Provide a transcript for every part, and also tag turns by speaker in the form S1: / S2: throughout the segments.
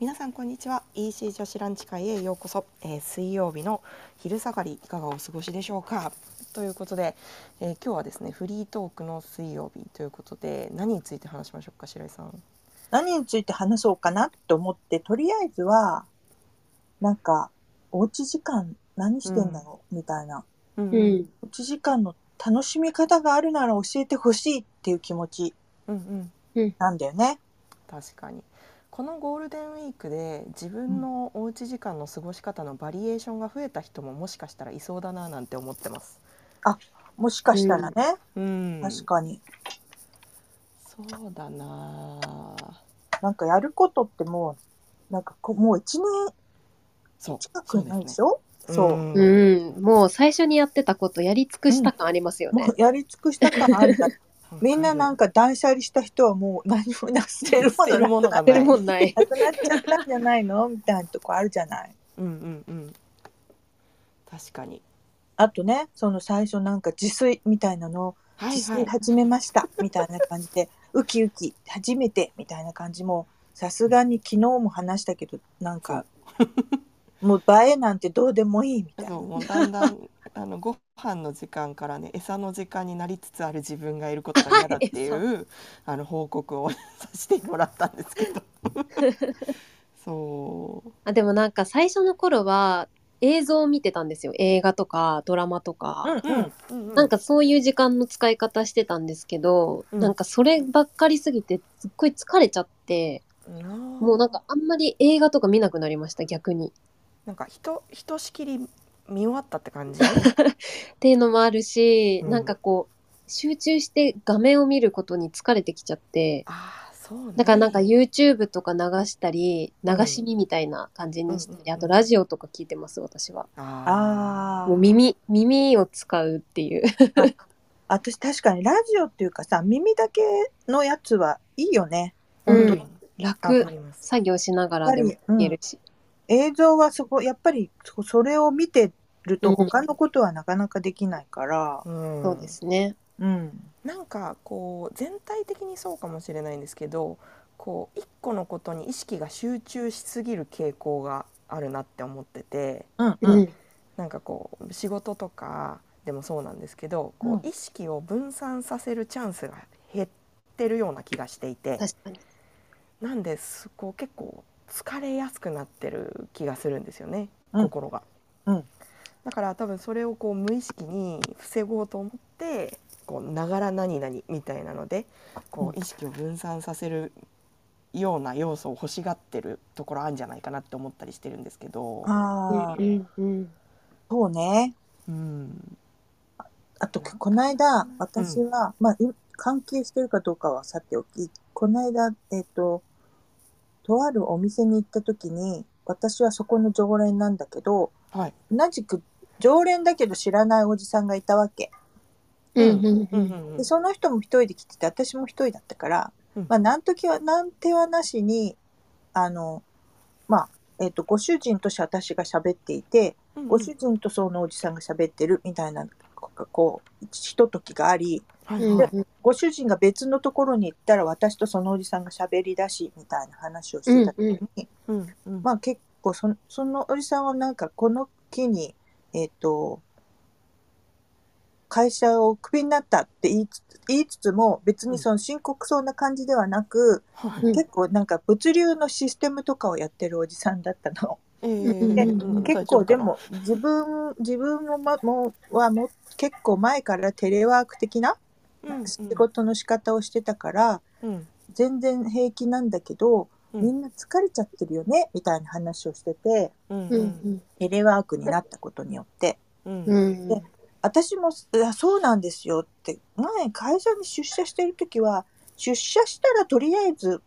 S1: 皆さんこんにちは EC 女子ランチ会へようこそ、えー水曜日の昼下がりいかがお過ごしでしょうかということで、えー今日はですねフリートークの水曜日ということで何について話しましょうか白井さん
S2: 何について話そうかなと思って、とりあえずは、なんか、おうち時間何してんだろう、みたいな。
S1: うん
S3: う
S1: うん
S3: ん。
S2: おうち時間の楽しみ方があるなら教えてほしいっていう気持ち
S1: うん
S2: なんだよね。
S1: 確かにこのゴールデンウィークで自分のおうち時間の過ごし方のバリエーションが増えた人ももしかしたらいそうだななんて思ってます
S2: もしかしたらね。
S1: うん
S2: 確かに。
S1: そうだなあ
S2: なんかやることってもう、なんかこうもう一年
S1: そう
S2: 近くないでし
S1: ょ
S2: ょそう,、
S3: うん。もう最初にやってたことやり尽くした感ありますよね。
S2: もうやり尽くした感あるんだ。 みんななん
S1: か
S2: か断捨離した人はもう何もなく
S1: 捨
S2: してて
S1: る
S2: る
S1: も
S2: も
S1: の
S2: の
S1: がない
S2: なく
S3: やってるもんない。
S2: なくなっちゃったんじゃないのみたいなとこあるじゃない。
S1: うんうんうん確かに
S2: あとね、その最初なんか自炊みたいなのを、
S1: はい
S2: 自
S1: はい
S2: 炊始めましたみたいな感じで、ウキウキ、初めてみたいな感じも、さすがに昨日も話したけど、なんか、もう映えなんてどうでもいいみたい
S1: そう
S2: な。
S1: もうだんだ んあのご飯の時間からね餌の時間になりつつある自分がいることが嫌だってい うあの報告をさせてもらったんですけ どそう
S3: あでもなんか最初の頃は映像を見てたんですよ。映画とかドラマとか。
S2: うん
S1: うん
S3: なんかそういう時間の使い方してたんですけど、
S1: うん
S3: なんかそればっかりすぎてすっごい疲れちゃって、も
S1: も
S3: うなんかあんまり映画とか見なくなりました、逆に。
S1: なんかひとひとしきり見終わったって 感じ
S3: っていうのもあるし、
S1: うん
S3: なんかこう、集中して画面を見ることに疲れてきちゃって、
S1: ああそうね
S3: だからなんか YouTube とか流したり、流し見みたいな感じにした
S1: うんうん
S3: り、あとラジオとか聞いてます、私は。
S1: あ
S2: あ
S3: もう耳、耳を使うっていう。
S2: あ、 私確かにラジオっていうかさ、耳だけのやつはいいよね。
S1: あ
S3: うん
S1: わ
S3: 楽
S1: か、ります
S3: 作業しながらでも聞けるし。
S2: 映像はそこ、やっぱりそそれを見てる
S3: う
S2: と
S3: ん
S2: 他のことはなかなかできないから、
S1: うん
S3: そうですね。
S2: うん。
S1: なんかこう全体的にそうかもしれないんですけどこう一個のことに意識が集中しすぎる傾向があるなって思ってて
S2: うん、
S3: う。
S2: うんん。
S1: なんかこう仕事とかでもそうなんですけどこ
S2: う
S1: う意識を分散させるチャンスが減ってるような気がしていて
S3: 確かに。
S1: なんですこう結構疲れやすくなってる気がするんですよね、
S2: うん
S1: 心が、
S2: うん
S1: だから多分それをこう無意識に防ごうと思ってこうながら何々みたいなのでこう意識を分散させるような要素を欲しがってるところあるんじゃないかなって思ったりしてるんですけど、
S2: ああ、
S3: うんうん。
S2: そうね。
S1: うん、
S2: あと、この間、私は、まあ、い関係してるかどうかはさておき、この間、えっ、と、とあるお店に行った時に、私はそこの常連なんだけど、
S1: はい、
S2: 同じく常連だけど知らないおじさんがいたわけ。
S3: うんうん
S1: う
S3: うんん。
S1: うんうん
S2: で、その人も一人で来てて、私も一人だったから
S1: うん、
S2: まあ、なんときは、なんてはなしに、あの、まあ、えっ、と、ご主人として私が喋っていて、
S1: うんうん
S2: ご主人とそのおじさんが喋ってるみたいな、こう、ひとときがあり、
S1: はい
S3: うん
S1: はい
S3: うん
S2: ご主人が別のところに行ったら私とそのおじさんが喋り出しみたいな話をしてた時に、
S1: うんうん
S2: まあ結構そのそのおじさんはなんかこの機にえっ、と会社をクビになったって言いつつ言いつつも別にその深刻そうな感じではなく、
S1: はい
S3: うん
S2: 結構なんか物流のシステムとかをやってるおじさんだったの。
S1: え
S3: うん
S2: で
S1: ーうんうん
S2: 結構でも自分自分も,、ま、もうはもう結構前からテレワーク的な
S1: うんうん
S2: 仕事の仕方をしてたから、
S1: うん
S2: 全然平気なんだけど、
S1: うん
S2: みんな疲れちゃってるよねみたいな話をしてて
S1: うん
S3: う
S1: うんん
S2: テレワークになったことによって
S1: うん
S3: うんうん。
S2: で私も「いやそうなんですよ」って前会社に出社してる時は出社したらとりあえず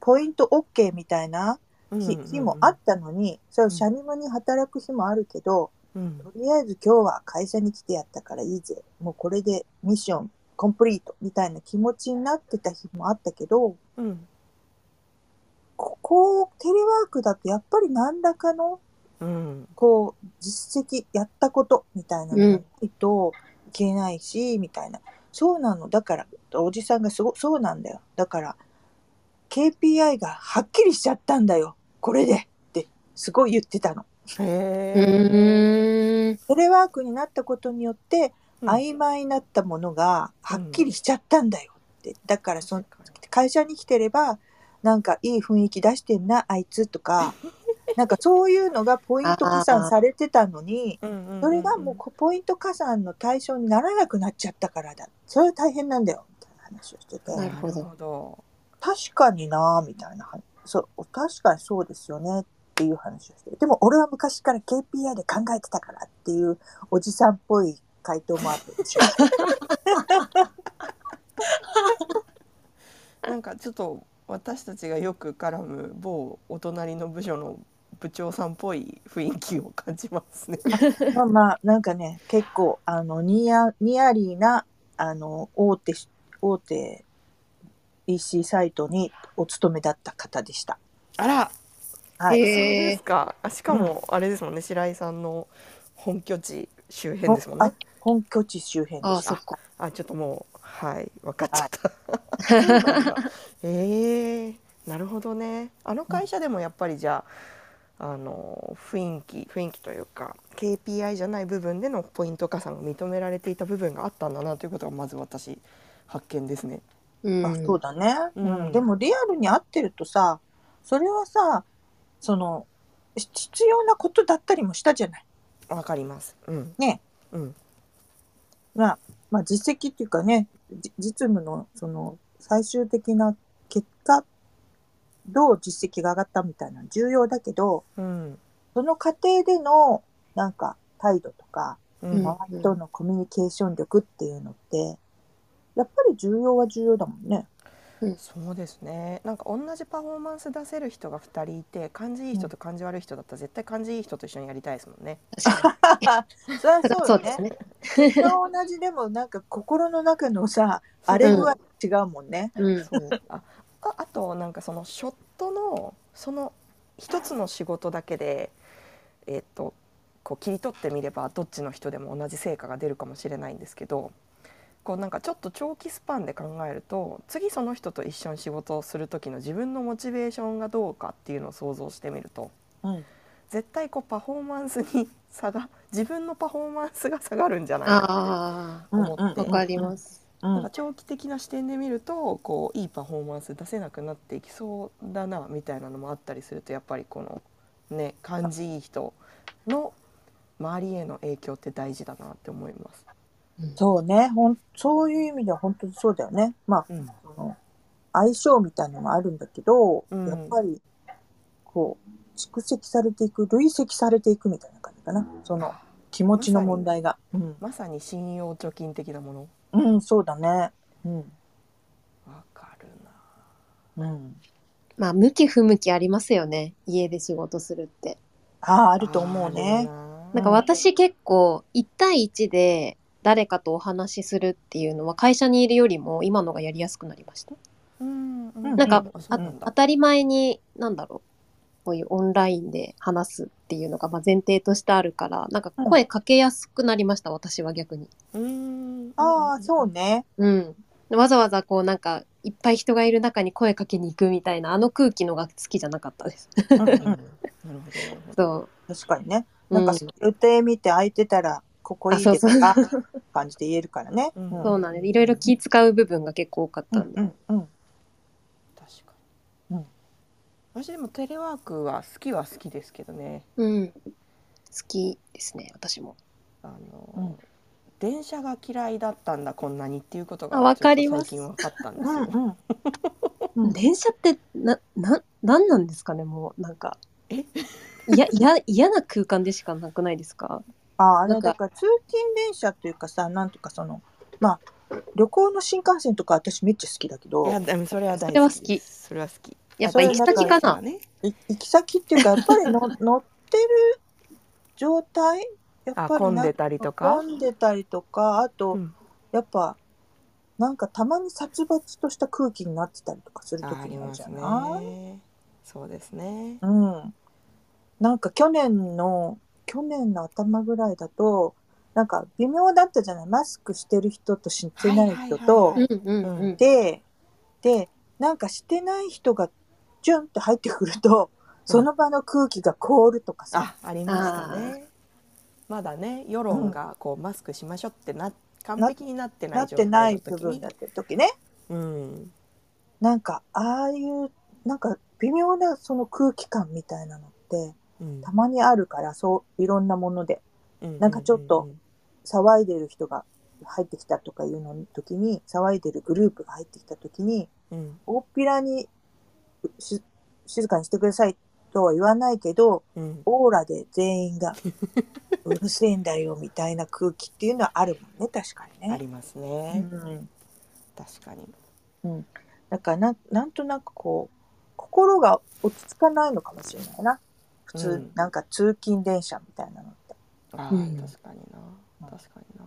S2: ポイント OK みたいな
S1: うん
S2: 日,、
S1: うん
S2: 日もあったのにそれをシャニムに働く日もあるけど、
S1: うん
S2: とりあえず今日は会社に来てやったからいいぜもうこれでミッションコンプリートみたいな気持ちになってた日もあったけど、
S1: うん
S2: ここ、テレワークだとやっぱり何らかの、
S1: うん
S2: こう、実績、やったことみたいなのがないといけないし、みたいな。そうなの。だから、おじさんがすご、そうなんだよ。だから、KPI がはっきりしちゃったんだよ。これでってすごい言ってたの。
S1: へ
S3: う
S1: え
S3: ーん。
S2: テレワークになったことによって、
S1: うん
S2: 曖昧になったものがはっきりしちゃったんだよって。だからその会社に来てれば、なんかいい雰囲気出してんな、あいつと か、なんかそういうのがポイント加算されてたのに、
S1: うんうんうんうん
S2: それがもうこポイント加算の対象にならなくなっちゃったからだ。それは大変なんだよ、みたいな話をしてて。
S3: なるほど
S1: なるほど
S2: 確かになぁ、みたいな話。そう、確かにそうですよね、っていう話をしてる。でも俺は昔から KPI で考えてたからっていうおじさんっぽい回答もあったでしょ。
S1: なんかちょっと私たちがよく絡む某お隣の部署の部長さんっぽい雰囲気を感じますね。
S2: まあまあ、なんかね、結構、あの、ニア、ニアリーな、あの、大手し、大手 EC サイトにお勤めだった方でした。
S1: あら、
S2: はい。
S1: そう
S3: へ
S1: で
S3: え
S1: すか。あしかもあれですもんね、白井さんの本拠地周辺ですもんね。
S2: あ本拠地周辺
S3: あ
S2: で
S3: あ、
S2: し
S3: そ
S2: た
S3: っ。か。
S1: あ、ちょっともう、はい、分かっちゃった。なんかええなるほどね。あの会社でもやっぱりじゃあ、あの雰囲気、雰囲気というか、KPI じゃない部分でのポイント加算が認められていた部分があったんだなということがまず私発見ですね。
S3: うん。
S2: あそうだね、
S1: うん
S2: うんでもリアルに合ってるとさそれはさそのし必要なことだったりもしたじゃない、
S1: わかります。うん。
S2: ね。
S1: うん。
S2: まあ、まあ実績っていうかねじ実務のその最終的な結果どう実績が上がったみたいなの重要だけど
S1: うん。
S2: その過程でのなんか態度とか
S1: う
S3: うん
S1: ん。
S2: 周りとのコミュニケーション力っていうのってやっぱり重要は重要だもんね。
S1: そうですね。なんか同じパフォーマンス出せる人が二人いて、感じいい人と感じ悪い人だったら絶対感じいい人と一緒にやりたいですもんね。
S3: 確か
S2: そりゃそう
S3: に
S2: よ
S3: そうですね。
S2: それは同じでもなんか心の中のさ荒れ具合が違うもんね。
S3: うん。
S1: そうあああとなんかそのショットのその一つの仕事だけで、えっとこう切り取ってみればどっちの人でも同じ成果が出るかもしれないんですけどこうなんかちょっと長期スパンで考えると次その人と一緒に仕事をする時の自分のモチベーションがどうかっていうのを想像してみると
S2: うん、
S1: 絶対こうパフォーマンスに差が自分のパフォーマンスが下がるんじゃないか
S3: あ
S1: と思って、
S2: うんうん
S3: あ、わかります。
S2: う
S1: なんか
S2: ん、
S1: 長期的な視点で見るとこういいパフォーマンス出せなくなっていきそうだなみたいなのもあったりするとやっぱりこのね感じいい人の周りへの影響って大事だなって思います。
S2: そうねほんそういう意味では本当にそうだよね。まあ
S1: うん、
S2: その相性みたいなのもあるんだけど、
S1: うん
S2: やっぱりこう蓄積されていく累積されていくみたいな感じかなその気持ちの問題が。うん、
S1: まさに信用貯金的なもの
S2: うん、そうだね。うん
S1: わかるな。
S2: うん、
S3: まあ、向き不向きありますよね。家で仕事するって。
S2: あああると思うね。
S1: あ
S3: なん
S1: る
S3: か
S1: な
S3: 私結構1対1で誰かとお話しするっていうのは会社にいるよりも今のがやりやすくなりました。
S1: うんう
S2: なん
S3: か
S1: あそうなん
S3: 当
S1: だ
S3: たり前になんだろうこういうオンラインで話すっていうのがまあ前提としてあるからなんか声かけやすくなりました、私は逆に。
S1: うん
S2: ああそうね。
S3: うん、わざわざこうなんかいっぱい人がいる中に声かけに行くみたいなあの空気のが好きじゃなかったです。
S2: うんうん
S1: うん なるほどなるほど。
S3: そ
S2: 確かにね。
S3: う
S2: なんか
S3: うん
S2: 予定見て空いてたら、ここいいですか感じで言えるからね。
S1: うん
S3: そうなんですいろいろ気使う部分が結構多かっ
S2: う
S3: たんで、
S2: んうんうん。
S1: 確かに。
S2: うん
S1: 私でもテレワークは好きは好きですけどね。
S3: うん、好きですね私も。
S1: あの、
S2: うん
S1: 電車が嫌いだったんだこんなにっていうことが
S3: あわか
S1: ち
S3: り
S1: ょっと
S3: ます
S1: 最近分かったんです
S2: う
S1: よ。
S2: んうん。うん
S3: 電車ってな、な、なんなんですかね、もう、なんか。
S1: え
S3: いや、いや、嫌な空間でしかなくないですか。
S2: ああ
S3: な
S2: れ
S3: んか
S2: だから通勤電車というかさ、なんとかその、まあ、旅行の新幹線とか私めっちゃ好きだけ
S1: いや
S2: ど、
S1: でもそれは大
S3: それは
S1: 好
S3: 好
S1: き
S3: き
S1: です。それは好き。
S3: やっぱ行き先かな。
S1: ね、
S2: い行き先っていうか、やっぱり の乗ってる状態やっぱ
S1: あ
S2: りな
S1: 混んでたりとか。
S2: 混んでたりとか、あと、
S1: うん
S2: やっぱ、なんかたまに殺伐とした空気になってたりとかする
S1: あ
S2: 時
S1: あり
S2: もある
S1: ま
S2: じ
S1: す
S2: ゃ
S1: ね
S2: ない。
S1: そうですね。
S2: うん。なんか去年の、去年の頭ぐらいだと、なんか微妙だったじゃないマスクしてる人としてない人
S1: はいはい
S2: と
S1: は、い
S3: ん、うん
S1: うん
S2: で、で、なんかしてない人がジュンって入ってくると、その場の空気が凍るとかさ
S1: あ、ありましたね。まだね、世論がこうマスクしましょうってな完璧になってな
S2: ないっ
S1: 状
S2: てな
S1: 態
S2: い
S1: の
S2: 部
S1: 時
S2: 分
S1: に
S2: だっ、てる時ね。
S1: うん、
S2: なんか、ああいう、なんか微妙なその空気感みたいなのって、
S1: うん
S2: たまにあるから、そう、いろんなもので、なんかちょっと、騒いでる人が入ってきたとかいうの時に、騒いでるグループが入ってきた時に、
S1: うんうんうん
S2: 大っぴらにし静かにしてくださいとは言わないけど、
S1: うんうん
S2: オーラで全員 がうるせえんだよみたいな空気っていうのはあるもんね、確かに
S1: あ
S2: ね。
S1: ります
S2: う
S1: ね、
S2: ん、
S1: 確かに、
S2: だからな、なんとなくこう、心が落ち着かないのかもしれないな。普通、
S1: うん
S2: なんか通勤電車みたいなのって。
S1: あ
S3: うん
S1: ー確かに
S2: う
S1: なん確かにな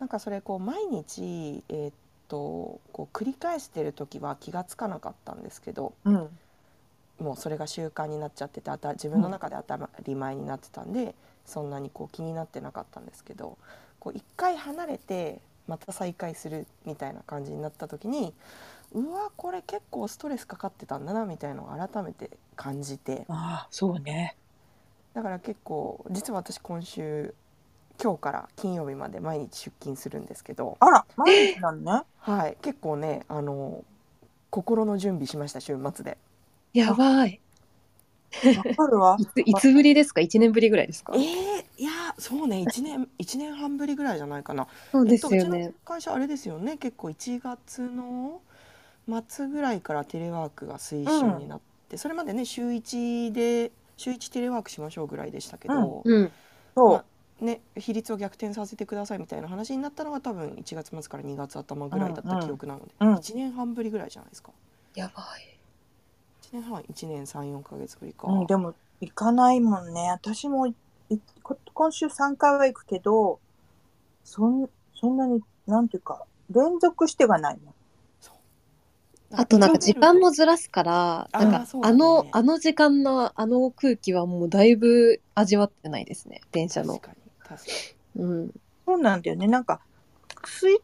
S1: なんかそれこう毎日えーっとこう繰り返してる時は気がつかなかったんですけど
S2: うん。
S1: もうそれが習慣になっちゃっててあた自分の中で当たり前になってたんで、そんなにこう気になってなかったんですけどこう一回離れてまた再会するみたいな感じになった時にうわこれ結構ストレスかかってたんだなみたいのを改めて感じて
S2: ああ、そうね。
S1: だから結構実は私今週今日から金曜日まで毎日出勤するんですけど、
S2: あら、毎日なのね。
S1: はい、結構ねあの心の準備しました週末で。
S3: やばい。
S2: わ かるわ
S3: い。ついつぶりですか ?1 年ぶりぐらいですか
S1: えー、いやそうね1年 一年半ぶりぐらいじゃないかな。
S3: そう
S1: え
S3: で
S1: っ
S3: す
S1: と、う
S3: よ
S1: ちの
S3: ね。
S1: 会社あれですよね結構1月の末ぐらいからテレワークが推進になって、それまでね週1で週1テレワークしましょうぐらいでしたけど、
S3: うん。
S2: そう
S1: ま。ね、比率を逆転させてくださいみたいな話になったのが多分1月末から2月頭ぐらいだった記憶なので、
S2: うんうんうん
S1: 1年半ぶりぐらいじゃないですか
S3: やばい。
S1: 1年半1年34か月ぶりか、
S2: うん、でも行かないもんね。私もいこ今週3回は行くけど、そんそんなに、なんていうか、連続してはないもん。
S3: あとなんか時間もずらすから、
S1: あー
S3: なんか
S1: そうだ
S3: あ
S1: ね
S3: の、あの時間のあの空気はもうだいぶ味わってないですね。電車
S1: 確
S3: の。
S1: かに確か
S3: うん。
S2: そうなんだよね。なんか、すい、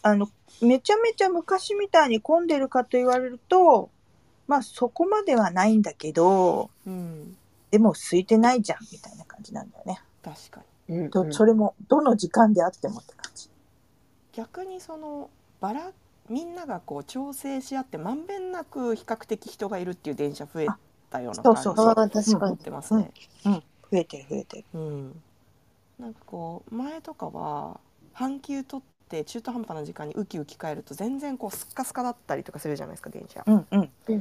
S2: あの、めちゃめちゃ昔みたいに混んでるかと言われると、まあそこまではないんだけど、
S1: に、うん、
S2: でも空いてないじゃん、みたいな感じなんだよね。
S1: 確かに
S3: うん
S2: どそれも、どの時間であってもって感じ。
S1: 逆にそのバラみんながこう調整し合ってまんべんなく比較的人がいるっていう電車増えたような感じ
S2: そうそう
S3: あ
S1: が
S3: あ、確か
S1: 持っ
S3: に。
S1: てますね。
S2: 増えてる増えてる。
S1: うん、なんかこう前とかは半休取って中途半端な時間にウキウキ帰ると全然こうスッカスカだったりとかするじゃないですか電車
S2: うんうん。
S3: う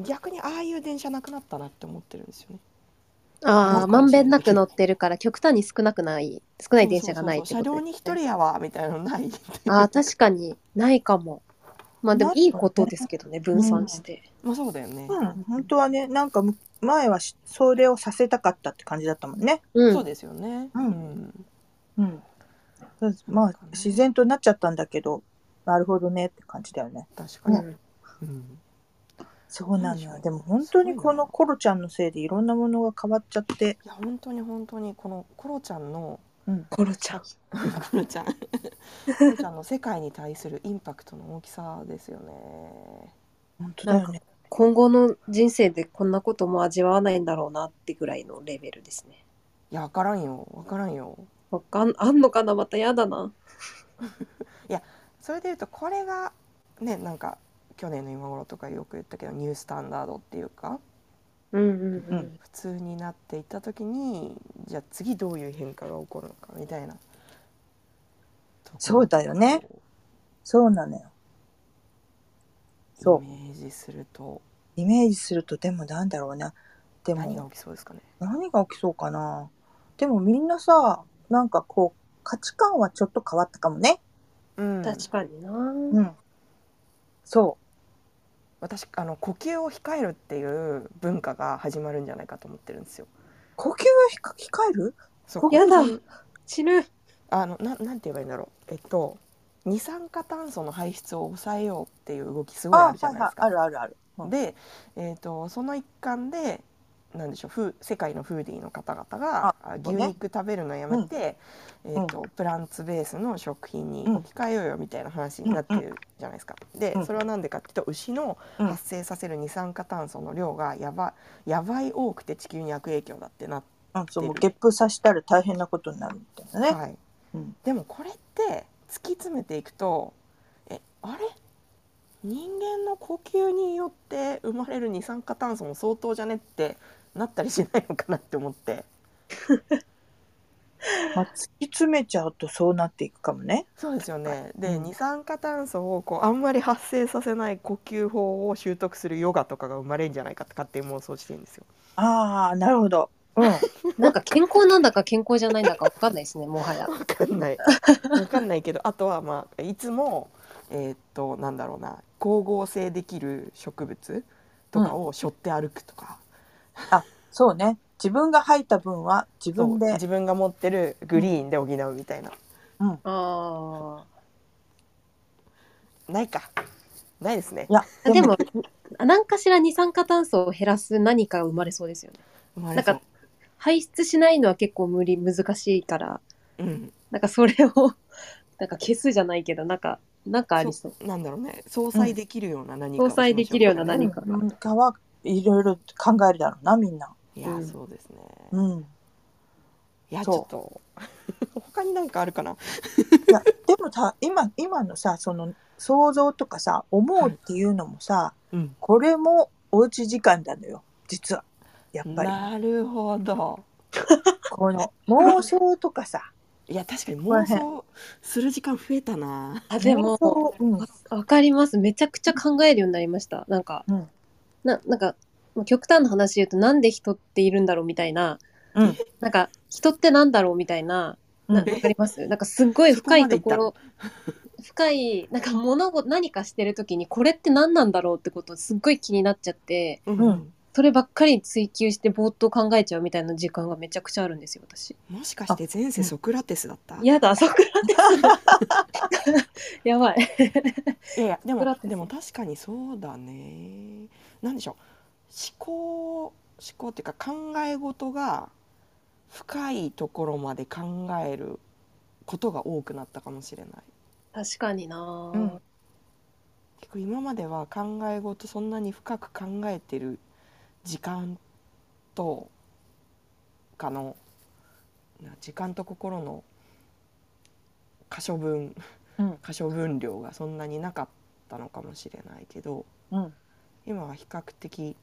S3: ん
S1: 逆にああいう電車なくなったなって思ってるんですよね
S3: ああ、まんべんなく乗ってるから、極端に少なくない、少ない電車がないっ
S1: そ
S3: て
S1: うそうそう
S3: こと
S1: 車両
S3: で
S1: に一
S3: すね、
S1: 人やわみたいなのない
S3: ああ、確かにないかも。まあでもいいことですけどね、分散して。
S1: まあそうだよね、
S2: うん、本当はね、なんかむ前はしそれをさせたかったって感じだったもんね。
S3: うん。
S1: そうですよね
S2: うん
S1: うん
S2: うん。まあ、自然となっちゃったんだけど、なるほどねって感じだよね。
S1: 確か
S3: う
S1: に、
S3: ん
S1: うん
S2: そうなの
S1: そうでしょ
S2: よ。
S1: う
S2: でも本当にこのコロちゃんのせいでいろんなものが変わっちゃって。
S1: いや本当に本当にこのコロちゃん の
S2: うん。
S3: コロちゃん。
S1: コロちゃんコロちゃんの世界に対するインパクトの大きさですよね。
S2: 本当だよね。
S3: 今後の人生でこんなことも味わわないんだろうなってぐらいのレベルですね。
S1: いや分からんよ分からんよ。
S3: わかん、あんのかなまたやだな。
S1: それでいうとこれがねなんか去年の今頃とかよく言ったけどニュースタンダードっていうか
S3: うんうん
S2: う
S3: うんん。
S1: 普通になっていった時にじゃあ次どういう変化が起こるのかみたいな。
S2: そうだよね。そうなのよ。そう
S1: イメージすると
S2: イメージすると、でもなんだろうな。で
S1: 何が
S2: も、
S1: 起きそうですかね。
S2: 何が起きそうかな。でもみんなさ、なんかこう、価値観はちょっと変わったかもね。
S1: うん、
S3: 確かにな。
S2: うん。そう。
S1: 私あの呼吸を控えるっていう文化が始まるんじゃないかと思ってるんですよ。
S2: 呼吸をひか控える
S1: そう
S3: やだ。死ぬ。
S1: あのなんなんて言えばいいんだろう。えっと二酸化炭素の排出を抑えようっていう動きすごいあるじゃないですか。
S2: あはいはいあるあるある。
S1: で、えっとその一環でなんでしょうフー世界のフーディーの方々があ牛
S2: そうね
S1: 肉食べるのやめて、えーとプランツベースの食品に
S2: うん
S1: 置き換えようよみたいな話になってるじゃないですか。で
S2: うん
S1: それは何でかっていうと牛の
S2: うん
S1: 発生させる二酸化炭素の量がやばやばい多くて地球に悪影響だってなっ
S2: あそうもうゲップさしたら大変なことになるみたいなね。
S1: はい
S2: うん
S1: でもこれって突き詰めていくとえあれ人間の呼吸によって生まれる二酸化炭素も相当じゃねってなったりしないのかなって思って
S2: まあ、突き詰めちゃうとそうなっていくかもね。
S1: そうですよねで、
S2: うん
S1: 二酸化炭素をこうあんまり発生させない呼吸法を習得するヨガとかが生まれるんじゃないかって勝手に妄想してるんですよ。
S2: ああ、なるほど。うん。
S3: なんか健康なんだか健康じゃないんだかわかんないですね、もはや。
S1: わかんない わかんないけどあとはまあいつもえーっとなんだろうな光合成できる植物とかを背負って歩くとか、
S2: そうね。自分が吐いた分は自
S1: そう
S2: 分で。
S1: 自分が持ってるグリーンで補うみたいな、
S3: あ
S1: ないかないですね
S2: いや、
S3: あ。でも、何かしら二酸化炭素を減らす何かが生まれそうですよね。
S1: 生ま
S3: な
S1: れ
S3: ん
S1: そう
S3: か、排出しないのは結構無理、難しいから、
S1: うん、
S3: なんかそれを、 なんか消すじゃないけど、なんか、なんかありそう。
S1: なんだろうね相殺できるような何か
S3: 相殺できるような何か
S2: うん何かはいろいろ考えるだろうな、みんな。
S1: いや
S3: うん
S1: そうですね、い
S2: うん。
S1: やち
S2: そう
S1: ょっと 他になんかあるかない
S2: や、でもさ、今、今のさ、その想像とかさ、思うっていうのもさ、
S1: うん
S2: これもおうち時間なのよ、実は。やっぱり。
S1: なるほど
S2: この妄想とかさ。
S1: いや確かに
S2: こら
S1: 妄
S2: 辺
S1: 想する時間増えたな
S3: あ、で
S2: 妄
S3: も、
S2: 想うん
S3: わわかります。めちゃくちゃ考えるようになりました。なんか、
S2: うん
S3: ななんか、まあ極端な話言うと、なんで人っているんだろうみたいな、
S2: うん
S3: なんか、人ってなんだろうみたいな、なわ
S2: うん
S3: かりますなんかすっごい深いとこ
S1: そ
S3: ろ、深い、なんか物事、何かしてるときに、これって何なんだろうってこと、すっごい気になっちゃって、
S1: うん
S2: うん
S3: そればっかり追求して、ぼーっと考えちゃうみたいな時間がめちゃくちゃあるんですよ、私。
S1: もしかして前世ソクラテスだったいや
S3: やだ、ソクラテス。 やばい。
S1: いやで
S3: ソクラ
S1: も
S3: テス
S1: でも確かにそうだねなんでしょう思考思考っていうか考え事が深いところまで考えることが多くなったかもしれない
S3: 確かにな、
S2: うん
S1: 結構今までは考え事そんなに深く考えてる時間とかのな時間と心の箇所分
S2: うん
S1: 箇所分量がそんなになかったのかもしれないけど
S2: うん
S1: 今は比較的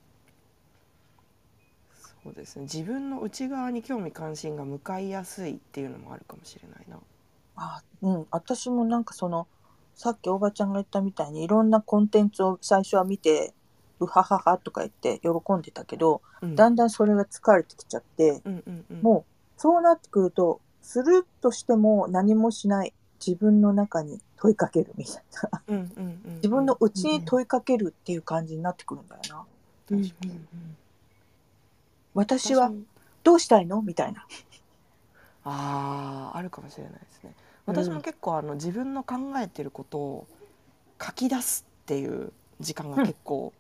S1: そうですね自分の内側に興味関心が向かいやすいっていうのもあるかもしれないな。
S2: あうん、私もなんかそのさっきおばちゃんが言ったみたいにいろんなコンテンツを最初は見て「うははは」とか言って喜んでたけど
S1: うん
S2: だんだんそれが疲れてきちゃって
S1: うんうんうん
S2: もうそうなってくるとするとしても何もしない自分の中に問いかけるみたい な
S1: うんうんうんうん
S2: 自分の内に問いかけるっていう感じになってくるんだよな。
S1: 確かに
S2: 私はどうしたいのみたいな。
S1: あーあるかもしれないですね私も結構あの自分の考えてることを書き出すっていう時間が結構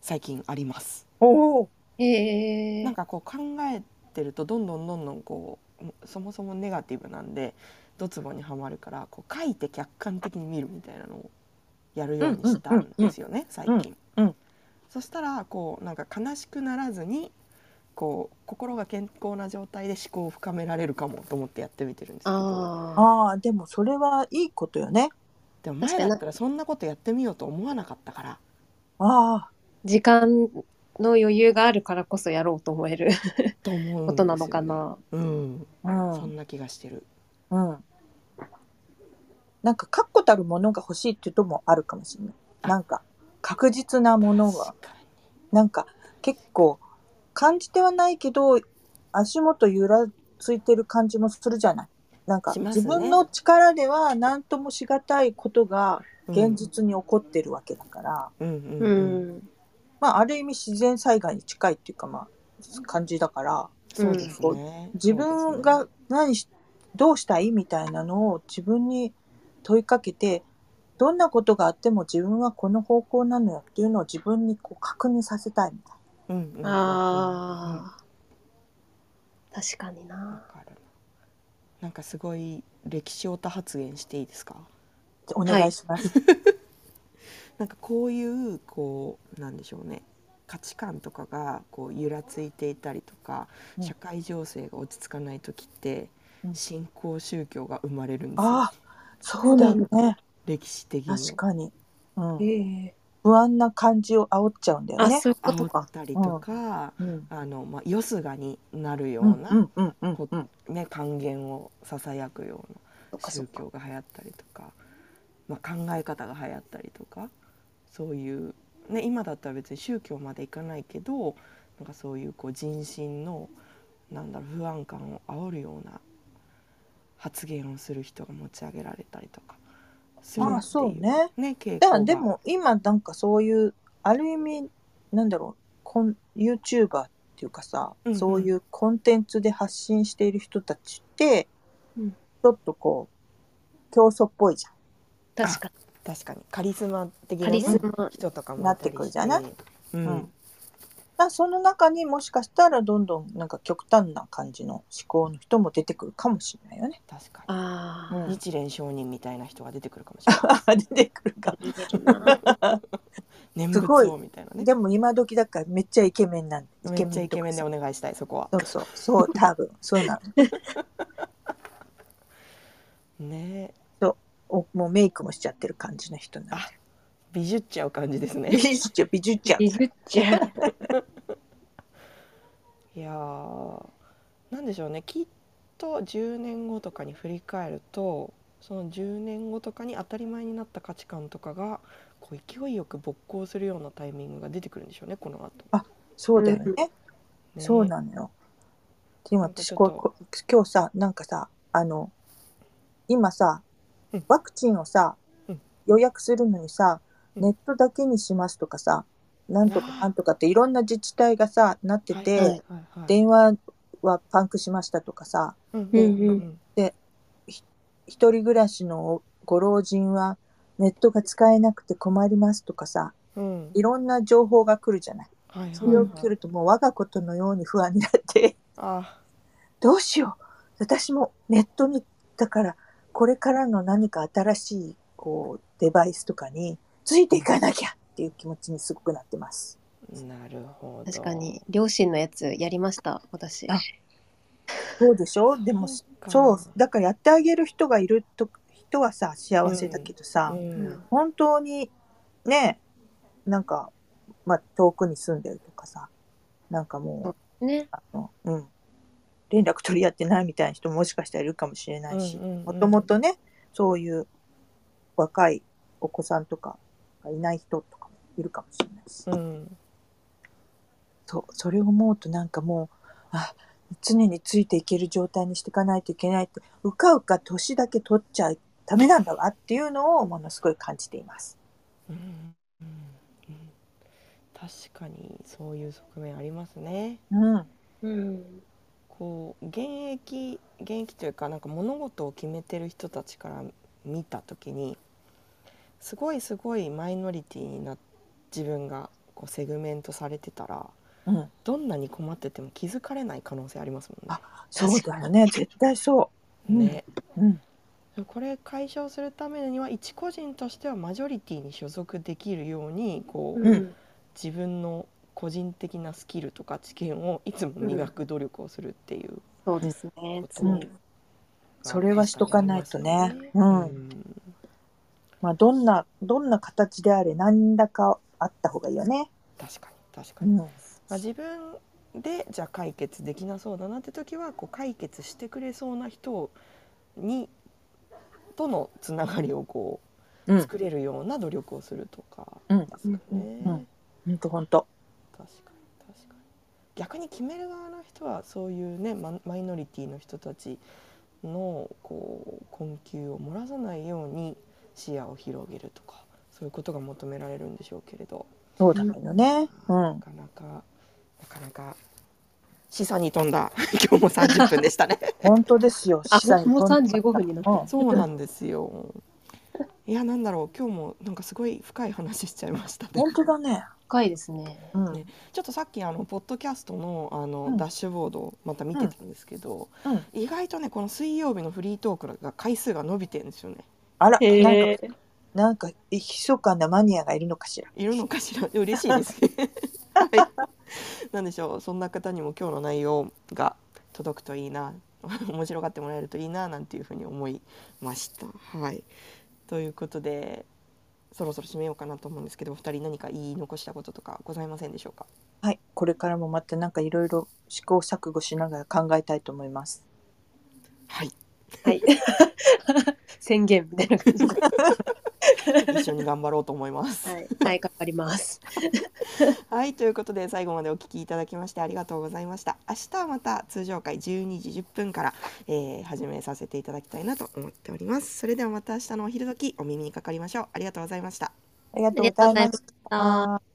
S1: 最近あります、
S2: おお
S3: えー
S1: なんかこう考えてるとどんどんどんどんこうそもそもネガティブなんでドツボにはまるからこう書いて客観的に見るみたいなのをやるようにしたんですよね最近、
S2: うんうん
S1: そしたらこうなんか悲しくならずにこう心が健康な状態で思考を深められるかもと思ってやってみてるんですけど。
S3: あー
S2: ああでもそれはいいことよね。
S1: でも
S3: 確か
S1: 前
S3: に
S1: だったらそんなことやってみようと思わなかったから
S2: あ
S3: 時間の余裕があるからこそやろうと思える
S1: と思うんですよね
S3: ことなのかな。
S1: うん、
S2: あう
S1: そ
S2: ん
S1: んな気がしてる
S2: うん。なんか確固たるものが欲しいっていうともあるかもしれない。なんか確実なものが
S1: 確か
S2: なんか結構感じてはないけど足元揺らついてる感じもするじゃない。なんか
S1: しますね
S2: 自分の力では何ともしがたいことが
S1: に
S2: 現実に起こってるわけだから、
S1: うんうん
S3: う
S1: うんうん、
S3: ん。
S2: まあある意味自然災害に近いっていうかまあ感じだから。
S1: そうですね
S2: 自分が何し、どうしたいみたいなのを自分に問いかけてどんなことがあっても自分はこの方向なのよっていうのを自分にこう確認させたいみたい
S1: うんうんうんうん
S3: ああ、確かに
S1: わ
S3: な。
S1: かるななんかすごい歴史オタ発言していいですか
S2: お願いします。
S1: なんかこういうこうなんでしょうね価値観とかがこう揺らついていたりとか、
S2: うん
S1: 社会情勢が落ち着かない時って、
S2: うん
S1: 新興宗教が生まれるんですよ
S2: ああ、そうだよね。
S1: 歴史的に
S2: 確かに。うん
S3: ええ
S2: 不安な感じを煽っちゃうんだよ
S3: あ、
S2: ね。
S3: そういうこと
S1: 煽
S3: か
S1: っ。たりとか、
S2: うん
S1: あのまあ、よすがになるよ
S2: う
S1: うんな、
S2: うんうんうんうん
S1: ね、還元をささやくよう
S3: そ
S1: な
S3: っかそ
S1: 宗
S3: っか
S1: 教が流行ったりとか、まあ、考え方が流行ったりとかそういう、ね、今だったら別に宗教までいかないけどなんかそういうこう人心のなんだろう不安感を煽るような発言をする人が持ち上げられたりとかするっていう,、
S2: ああそうね。
S1: ね傾
S2: だ
S1: 向
S2: か
S1: が
S2: らでも今なんかそういうある意味なんだろうコン YouTuber っていうかさ、
S1: うんうん
S2: そういうコンテンツで発信している人たちって、
S3: うん
S2: ちょっとこう競争っぽいじ
S3: 確か
S1: 確かにカリスマ的
S3: に。
S1: な
S3: カ
S1: ね、
S3: リスマ。
S1: 人とかも
S2: なってくるじゃない
S1: いたりしてうん
S2: うんゃん。その中にもしかしたらどんどんなんか極端な感じの思考の人も出てくるかもしれないよね。
S1: 確かに
S3: あ
S2: う
S3: あ。
S2: ん
S1: 日蓮上人みたいな人が出てくるかもしれない
S2: 出てくるか。
S3: 出てるな
S1: 念
S2: すごい
S1: 仏をみたいなね
S2: でも今時だからめっちゃイケメンなん
S1: めっちゃイケメンで
S2: とか
S1: お願いしたいそこは
S2: さそうそうそう 多分そうなの
S1: ねえ
S2: おもうメイクもしちゃってる感じの人なんで
S1: 美術っちゃう感じ ですね
S2: ビジュッチョビジュッチョ
S3: ビビっちゃう。
S1: いやーなんでしょうねきっと10年後とかに振り返るとその10年後とかに当たり前になった価値観とかがこう勢いよく勃興するようなタイミングが出てくるんでしょうねこの後、
S2: そうだよ
S3: うん
S2: ねそう
S1: ね
S2: なのよ。で今
S1: なんか
S2: 私
S1: ちょっ
S2: ことうこう今日さなんかさあの今さ
S1: うん
S2: ワクチンをさ、
S1: うん
S2: 予約するのにさ
S1: うん
S2: ネットだけにしますとかさなんとか
S1: あー
S2: なんとかっていろんな自治体がさなってて、
S1: はいはいはい
S2: 電話はパンクしましたとかさ
S1: うん
S3: うんう
S2: 一人暮らしのご老人はネットが使えなくて困りますとかさ
S1: うんうん
S2: いろんな情報が来るじゃない。
S1: はいはいはい
S2: それを聞るともう我がことのように不安になって。
S1: あ
S2: どうしよう私もネットにだからこれからの何か新しいこうデバイスとかについていかなきゃっていう気持ちにすごくなってます。
S1: なるほど
S3: 確かに両親のやつやりました私。
S2: あそうでしょでも
S1: そうか
S2: そうだからやってあげる人がいると人はさ幸せだけどさ、
S1: うん
S2: 本当にねなんか、まあ、遠くに住んでるとかさなんかもう、
S3: ね。
S2: あのうん、連絡取り合ってないみたいな人ももしかしたらいるかもしれないし
S1: うんうんうん
S2: もともとねそういう若いお子さんとかがいない人とかもいるかもしれないし、
S1: うん
S2: そうそれを思うとなんかもうあ常についていける状態にしていかないといけないってうかうか年だけ取っちゃうダメなんだわっていうのをものすごい感じています。
S1: うんうんうん確かにそういう側面ありますね。
S2: うん、
S3: うん。
S1: こう現役現役というかなんか物事を決めてる人たちから見た時にすごいすごいマイノリティにな自分がこうセグメントされてたら
S2: うん、
S1: どんなに困ってても気づかれない可能性ありますもんね。
S2: そうだよね絶対そ
S1: ね
S2: う。うん
S1: これ解消するためには一個人としてはマジョリティに所属できるようにこう、
S3: うん。
S1: 自分の個人的なスキルとか知見をいつも磨く努力をするっていう
S3: そうですね
S1: こ。と
S3: 常
S1: が、
S3: に
S2: それはしとかないとね
S1: 確かにあり
S2: う
S1: ますよ
S2: んまあ、どんな、どんな形であれ、何らかあった方がいいよね。
S1: 確かに確か
S2: う
S1: に、
S2: ん。
S1: まあ、自分でじゃあ解決できなそうだなって時はこう解決してくれそうな人にとのつながりをこ
S2: う。
S1: うん作れるような努力をするとか
S2: うん
S1: ですかね、
S2: うんうんほんとほんと。
S1: 確かに確かに逆に決める側の人はそういうねママイノリティの人たちのこう困窮を漏らさないように視野を広げるとかそういうことが求められるんでしょうけれど、
S2: そうだよね。うん
S1: な。かなかなかなか示唆に富んだ 今日も30分でしたね
S2: 本当ですよ。
S3: あ
S2: 資産
S3: もう
S2: どんどん
S3: 35分になった
S2: う ん
S1: そうなんですよいやなんだろう今日もなんかすごい深い話しちゃいましたね
S2: 本当だね。
S3: 深いですね。
S2: うんうん
S1: ねちょっとさっきあのポッドキャストのあの、
S2: うん
S1: ダッシュボードをまた見てたんですけど、
S2: うん
S1: 意外とねこの水曜日のフリートークが回数が伸びてるん ですよね。
S2: あら、なん
S3: へ
S2: か、なんか、密かなマニアがいるのかしら。
S1: いるのかしら 嬉しい ですね。はいなんでしょうそんな方にも今日の内容が届くといいな 面白がってもらえるといいななんていうふうに思いました。はい、ということでそろそろ締めようかなと思うんですけどお二人何か言い残したこととかございませんでしょうか
S2: はい、これからもまたなんかいろいろ試行錯誤しながら考えたいと思います。
S1: はい
S3: はい。宣言みたいな感じで。
S1: 一緒に頑張ろうと思い ます。
S3: はい。はい、頑張ります。
S1: はいということで最後までお聞きいただきましてありがとうございました明日はまた通常回12時10分から、えー始めさせていただきたいなと思っておりますそれではまた明日のお昼時お耳にかかりましょうありがとうございました
S2: ありがとうございまし
S3: ありがとうございました
S2: た。